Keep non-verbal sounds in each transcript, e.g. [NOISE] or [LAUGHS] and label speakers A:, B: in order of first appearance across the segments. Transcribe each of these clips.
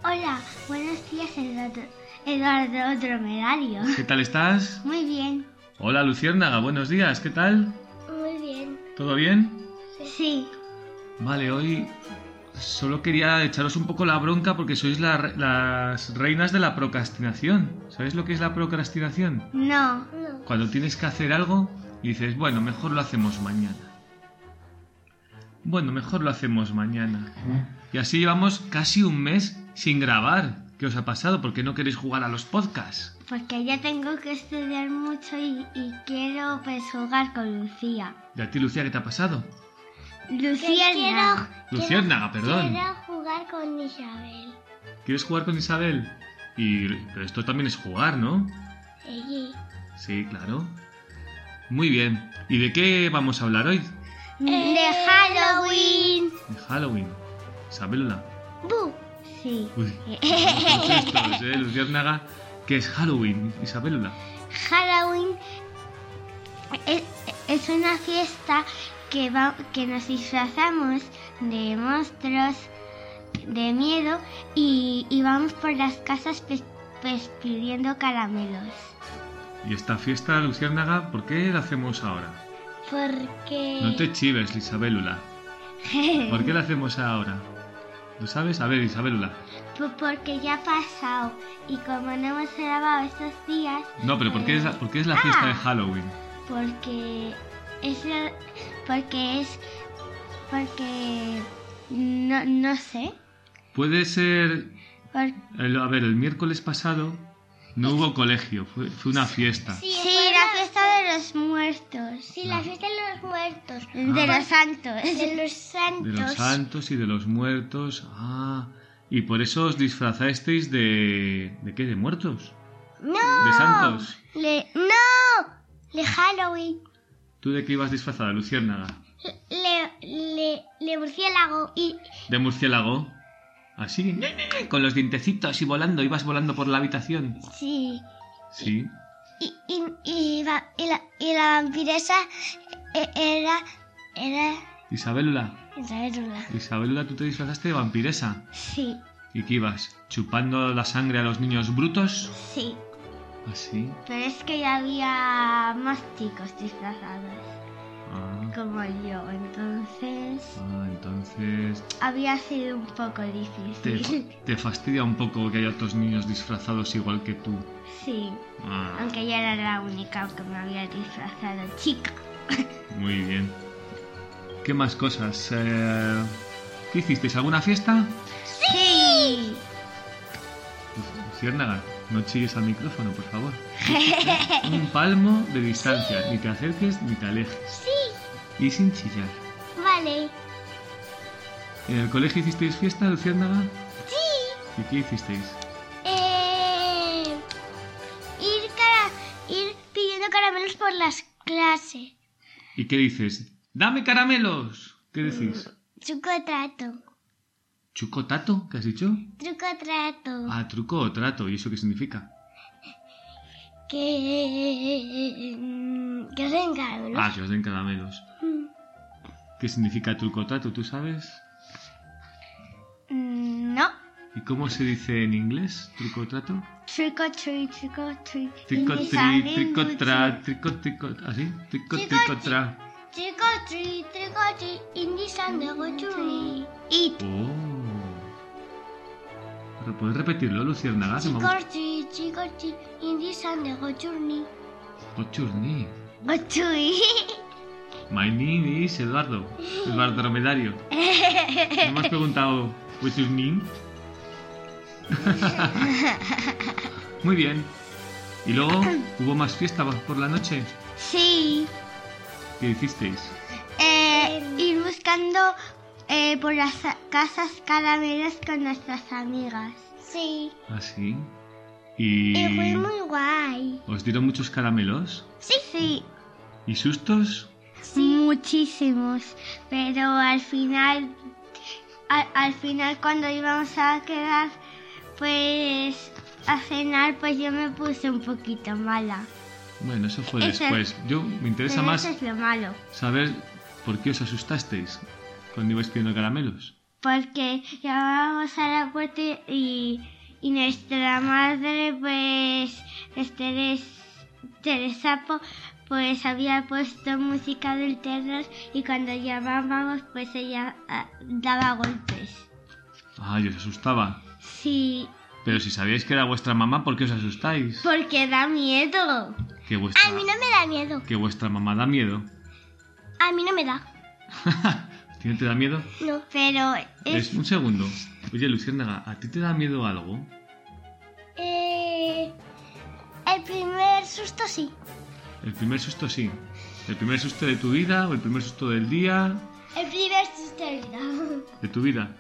A: Hola, buenos días Eduardo, Eduardo Dromedario.
B: ¿Qué tal estás?
A: Muy bien.
B: Hola, Luciérnaga, buenos días, ¿qué tal?
A: Muy bien.
B: ¿Todo bien?
A: Sí.
B: Vale, hoy solo quería echaros un poco la bronca porque sois la re- las reinas de la procrastinación. ¿Sabéis lo que es la procrastinación?
A: No. No.
B: Cuando tienes que hacer algo y dices, bueno, mejor lo hacemos mañana. Bueno, mejor lo hacemos mañana. Y así llevamos casi un mes sin grabar. ¿Qué os ha pasado? ¿Por qué no queréis jugar a los podcasts?
A: Porque yo tengo que estudiar mucho y, y quiero pues jugar con Lucía.
B: ¿Y a ti, Lucía, qué te ha pasado?
A: Lucía
B: Luciérnaga, perdón.
A: jugar con Isabel.
B: ¿Quieres jugar con Isabel? Y pero esto también es jugar, ¿no?
A: Sí.
B: Sí, claro. Muy bien. ¿Y de qué vamos a hablar hoy?
A: De eh, Halloween.
B: De Halloween. Isabela.
A: Bu. Sí. [LAUGHS]
B: Uy, qué sustos, ¿eh? Luciérnaga. ¿Qué es Halloween, Isabela?
A: Halloween es, es una fiesta que, va, que nos disfrazamos de monstruos de miedo y, y vamos por las casas pe- pues, pidiendo caramelos.
B: ¿Y esta fiesta, Luciérnaga, por qué la hacemos ahora?
A: Porque...
B: No
A: [LAUGHS]
B: te chives, Isabelula. ¿Por qué la hacemos ahora? ¿Lo sabes? A ver, Isabelula.
A: Porque ya ha pasado y como no hemos grabado estos días,
B: No, pero ¿por qué es la, por qué
A: Ah.
B: es la fiesta de Halloween?
A: porque es... la- Porque es... Porque... No, no sé.
B: Puede ser
A: Porque...
B: El- a ver, el miércoles pasado no hubo colegio, fue, fue una fiesta.
A: Sí, la fiesta de los muertos. Sí,
B: la
A: fiesta de los muertos.
B: Ah.
A: De los santos. De los santos.
B: De los santos y de los muertos. Ah, y por eso os disfrazasteis de... ¿De qué? ¿De muertos?
A: ¡No!
B: ¿De santos?
A: ¡No! De Halloween.
B: ¿Tú de qué ibas disfrazada, Luciérnaga?
A: Le, le, le murciélago. Y,
B: ¿De murciélago? ¿Ah, Así, con los dientecitos y volando, ibas volando por la habitación.
A: sí.
B: Sí.
A: Y, y, y, va- y la, y la vampiresa e- era... Era...
B: Isabelula,
A: Isabelula.
B: Isabelula, tú te disfrazaste de vampiresa.
A: Sí,
B: ¿Y qué ibas? ¿Chupando la sangre a los niños brutos? ¿Ah,
A: sí.
B: Así.
A: Pero es que ya había más chicos disfrazados,
B: Ah,
A: como yo, entonces...
B: ah, entonces...
A: Había sido un poco
B: Te,
A: difícil.
B: [LAUGHS] te fastidia un poco que haya otros niños disfrazados igual que tú.
A: Sí,
B: Ah,
A: aunque yo era la única, aunque me había disfrazado chica.
B: muy bien. ¿Qué más cosas? Eh, ¿Qué hicisteis? ¿Alguna fiesta?
A: ¡Sí!
B: Luciérnaga, no chilles al micrófono, por favor. Un palmo de distancia, ni te acerques ni te alejes. Y sin chillar.
A: Vale.
B: ¿En el colegio hicisteis fiesta, Luciérnaga? Sí. ¿Y qué hicisteis?
A: Eh, ir, ir pidiendo caramelos por las clases.
B: ¿Y qué dices? ¡Dame caramelos! ¿Qué decís?
A: Truco trato.
B: ¿Chucotato? ¿Qué has dicho?
A: Truco trato.
B: Ah, truco o trato. ¿Y eso qué significa?
A: Que... Que os den caramelos.
B: Ah, que os den caramelos. ¿Qué significa trucotato? ¿Tú sabes?
A: Mm, No.
B: ¿Y cómo se dice en inglés trucotato?
A: Trick or treat, trick or treat.
B: Tricotri, tricotra, tricot, tricot, así, tricot,
A: Trico-
B: tricotra.
A: Trick or treat, trick or treat, in the sandwich tree. Eat.
B: Oh. ¿Pero ¿Puedes repetirlo, Luciérnaga? Que me
A: Trick
B: gusta.
A: or treat, trick or treat, in the sandwich tree.
B: Cochurní.
A: Ochui.
B: My name is Eduardo. Eduardo
A: [LAUGHS]
B: Dromedario. Me has preguntado, what's your name? [LAUGHS] Muy bien. ¿Y luego hubo más fiesta por la noche?
A: [LAUGHS] Sí.
B: ¿Qué hicisteis?
A: Eh, ir buscando eh, por las casas caramelos con nuestras amigas. Sí.
B: Así. Ah, ¿Y
A: Y Eh, fue muy guay.
B: os dieron muchos caramelos?
A: Sí, sí.
B: ¿Y sustos?
A: Muchísimos. Pero al final, al, al final cuando íbamos a quedar, pues a cenar, pues yo me puse un poquito mala.
B: Bueno, eso fue
A: Eso-
B: después. Yo me interesa
A: Pero
B: más
A: eso es lo malo.
B: saber por qué os asustasteis cuando ibais pidiendo caramelos.
A: porque llamábamos a la puerta y, y nuestra madre, pues, este Teres- Teresapo, pues había puesto música del terror y cuando llamábamos, pues ella ah, daba golpes.
B: Ah, yo os asustaba.
A: Sí,
B: Pero si sabíais que era vuestra mamá, ¿por qué os asustáis?
A: porque da miedo.
B: Que vuestra,
A: me da miedo.
B: que vuestra mamá da miedo.
A: A mí no me da.
B: ¿A ti no te da miedo?
A: No. Pero
B: Es...
A: es...
B: un segundo. Oye, Luciérnaga, ¿a ti te da miedo algo?
A: Eh, el primer susto sí.
B: El primer susto sí. El primer susto de tu vida o el primer susto del día
A: El primer susto sí.
B: de tu vida.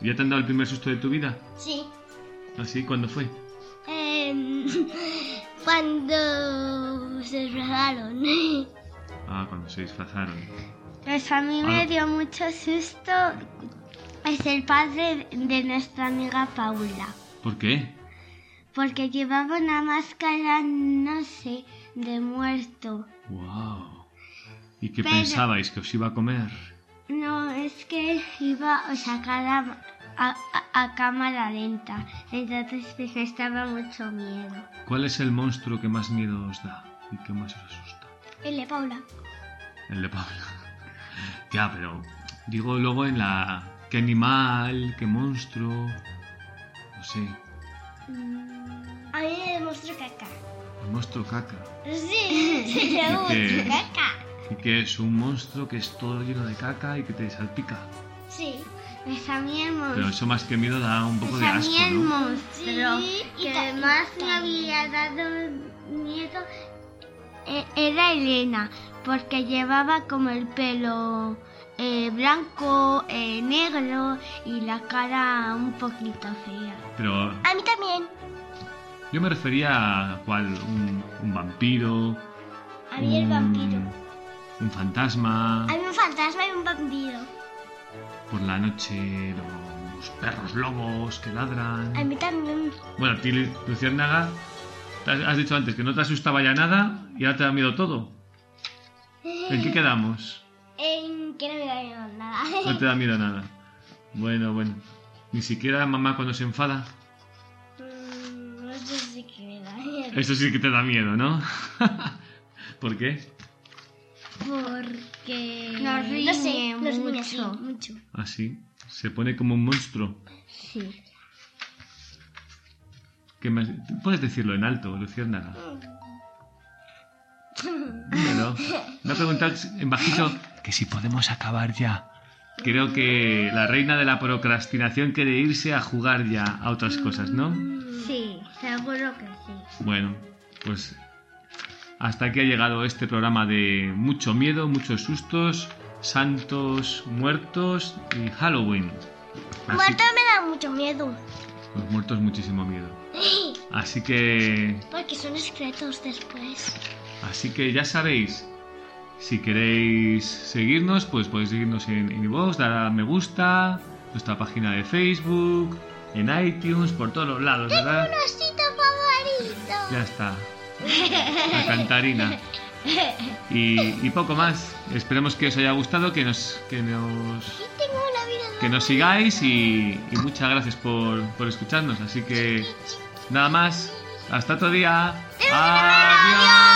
B: ¿Ya te han dado el primer susto de tu vida?
A: [LAUGHS] Sí.
B: ¿Así? ¿Cuándo fue?
A: Em, [LAUGHS] cuando se disfrazaron.
B: Ah, cuando se disfrazaron.
A: Pues a mí
B: me
A: me dio mucho susto. Es el padre de nuestra amiga Paula.
B: ¿Por qué?
A: Porque llevaba una máscara, no sé, de muerto.
B: ¡Wow! ¿Y qué
A: Pero-
B: pensabais? ¿Que os iba a comer?
A: No, es que iba a sacar a, a- a- a cámara lenta. Entonces pues estaba mucho miedo.
B: ¿Cuál es el monstruo que más miedo os da y que más os asusta?
A: El de Paula.
B: El de Paula. [LAUGHS] ya, pero digo luego en la... ¿Qué animal? ¿Qué monstruo? No sé.
A: A mí me demostró caca.
B: El monstruo caca.
A: [LAUGHS] Sí, sí,
B: ¿Y qué?
A: caca.
B: Y que es un monstruo que es todo lleno de caca y que te salpica.
A: Sí. Pues a mí el
B: Pero
A: monstruo.
B: eso más que miedo da un poco
A: Pues
B: de
A: a
B: asco,
A: mí el
B: ¿no?
A: monstruo que más me había dado miedo eh, era Elena, porque llevaba como el pelo eh, blanco, eh, negro y la cara un poquito fea.
B: Pero
A: A mí también.
B: yo me refería a cuál, un, un vampiro.
A: A mí el
B: un-
A: vampiro.
B: Mm, Un fantasma.
A: mí un fantasma y un vampiro.
B: Por la noche los perros lobos que ladran.
A: mí también.
B: Bueno, a ti, Luciérnaga, te has has dicho antes que no te asustaba ya nada y ahora te da miedo todo. ¿En
A: [LAUGHS]
B: qué quedamos?
A: En que no me da
B: [LAUGHS] No te da miedo nada. Bueno, bueno. Ni siquiera mamá cuando se enfada.
A: No sé si Mm, que me da miedo.
B: Eso sí que te da miedo, ¿no? [LAUGHS] ¿Por qué?
A: Porque Eh, nos riñe mucho.
B: Así. Se pone como un monstruo.
A: Sí.
B: ¿Qué más? Puedes decirlo en alto, Luciérnaga. Dímelo. Me ha preguntado en bajito que si podemos acabar ya. Creo que la reina de la procrastinación quiere irse a jugar ya a otras cosas, ¿no?
A: Sí, seguro que sí.
B: Bueno, pues hasta aquí ha llegado este programa de mucho miedo, muchos sustos, santos muertos y Halloween. Así-
A: me da mucho miedo.
B: Los muertos muchísimo miedo. Así que,
A: Porque son secretos después.
B: así que ya sabéis. Si queréis seguirnos, pues podéis seguirnos en en iVoox, dar a me gusta, nuestra página de Facebook, en iTunes, por todos los lados, ¿verdad?
A: ¡Osito favorito!
B: Ya está. La cantarina. Y, y poco más. Esperemos que os haya gustado, que nos, que nos,
A: Tengo una vida
B: que nos sigáis y, y muchas gracias por, por Ah, escucharnos. Así que nada más. Hasta otro día. Adiós.